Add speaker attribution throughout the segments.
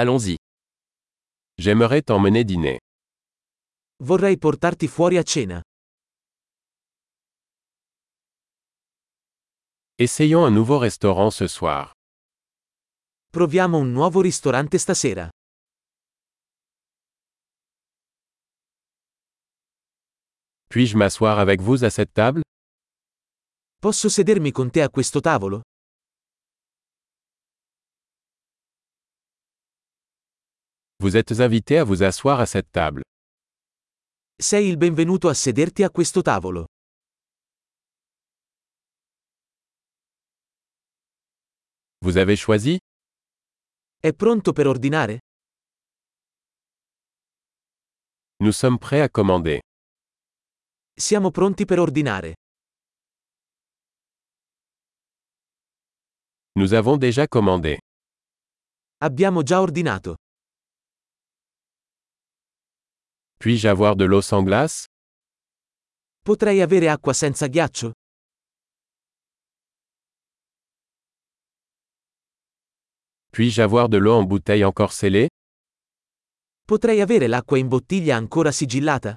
Speaker 1: Allons-y. J'aimerais t'emmener dîner.
Speaker 2: Vorrei portarti fuori a cena.
Speaker 1: Essayons un nouveau restaurant ce soir.
Speaker 2: Proviamo un nuovo ristorante stasera.
Speaker 1: Puis-je m'asseoir avec vous à cette table
Speaker 2: Posso sedermi con te a questo tavolo?
Speaker 1: Vous êtes invité à vous asseoir à cette table.
Speaker 2: Sei il benvenuto a sederti a questo tavolo.
Speaker 1: Vous avez choisi
Speaker 2: È pronto per ordinare?
Speaker 1: Nous sommes prêts à commander.
Speaker 2: Siamo pronti per ordinare.
Speaker 1: Nous avons déjà commandé.
Speaker 2: Abbiamo già ordinato.
Speaker 1: Puis-je avoir de l'eau sans glace
Speaker 2: Potrei avere acqua senza ghiaccio?
Speaker 1: Puis-je avoir de l'eau en bouteille encore scellée
Speaker 2: Potrei avere l'acqua in bottiglia ancora sigillata?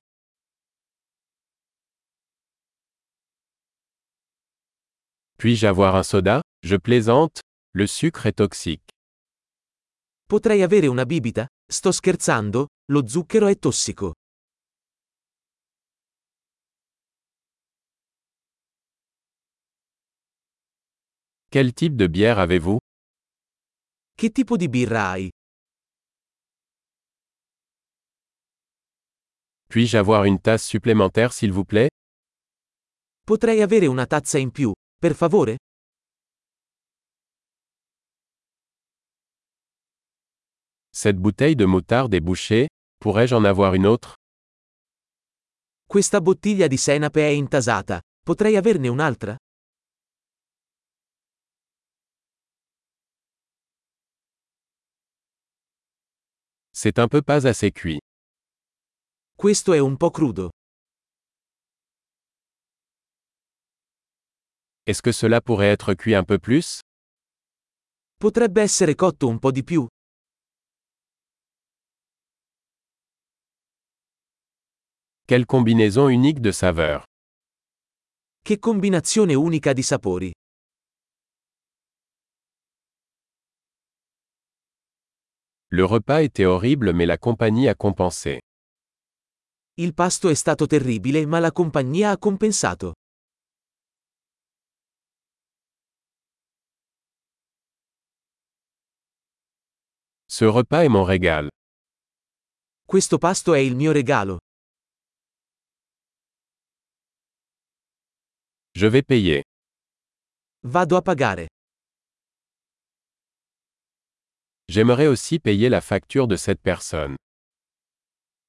Speaker 1: Puis-je avoir un soda Je plaisante. Le sucre est toxique.
Speaker 2: Potrei avere una bibita? Sto scherzando, lo zucchero è tossico.
Speaker 1: Quel type de bière avez-vous
Speaker 2: Che tipo di birra hai?
Speaker 1: Puis-je avoir une tasse supplémentaire s'il vous plaît
Speaker 2: Potrei avere una tazza in più, per favore?
Speaker 1: Cette bouteille de moutarde est bouchée. Pourrais-je en avoir une autre
Speaker 2: Questa bottiglia di senape è intasata. Potrei averne un'altra?
Speaker 1: C'est un peu pas assez cuit.
Speaker 2: Questo è un po' crudo.
Speaker 1: Est-ce que cela pourrait être cuit un peu plus
Speaker 2: Potrebbe essere cotto un po' di più.
Speaker 1: Quelle combinaison unique de saveurs.
Speaker 2: Che combinazione unica di sapori.
Speaker 1: Le repas était horrible mais la compagnie a compensé.
Speaker 2: Il pasto è stato terribile ma la compagnia ha compensato.
Speaker 1: Ce repas est mon régal.
Speaker 2: Questo pasto è il mio regalo.
Speaker 1: Je vais payer.
Speaker 2: Vado a pagare.
Speaker 1: J'aimerais aussi payer la facture de cette personne.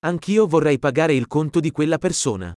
Speaker 2: Anch'io vorrei pagare il conto di quella persona.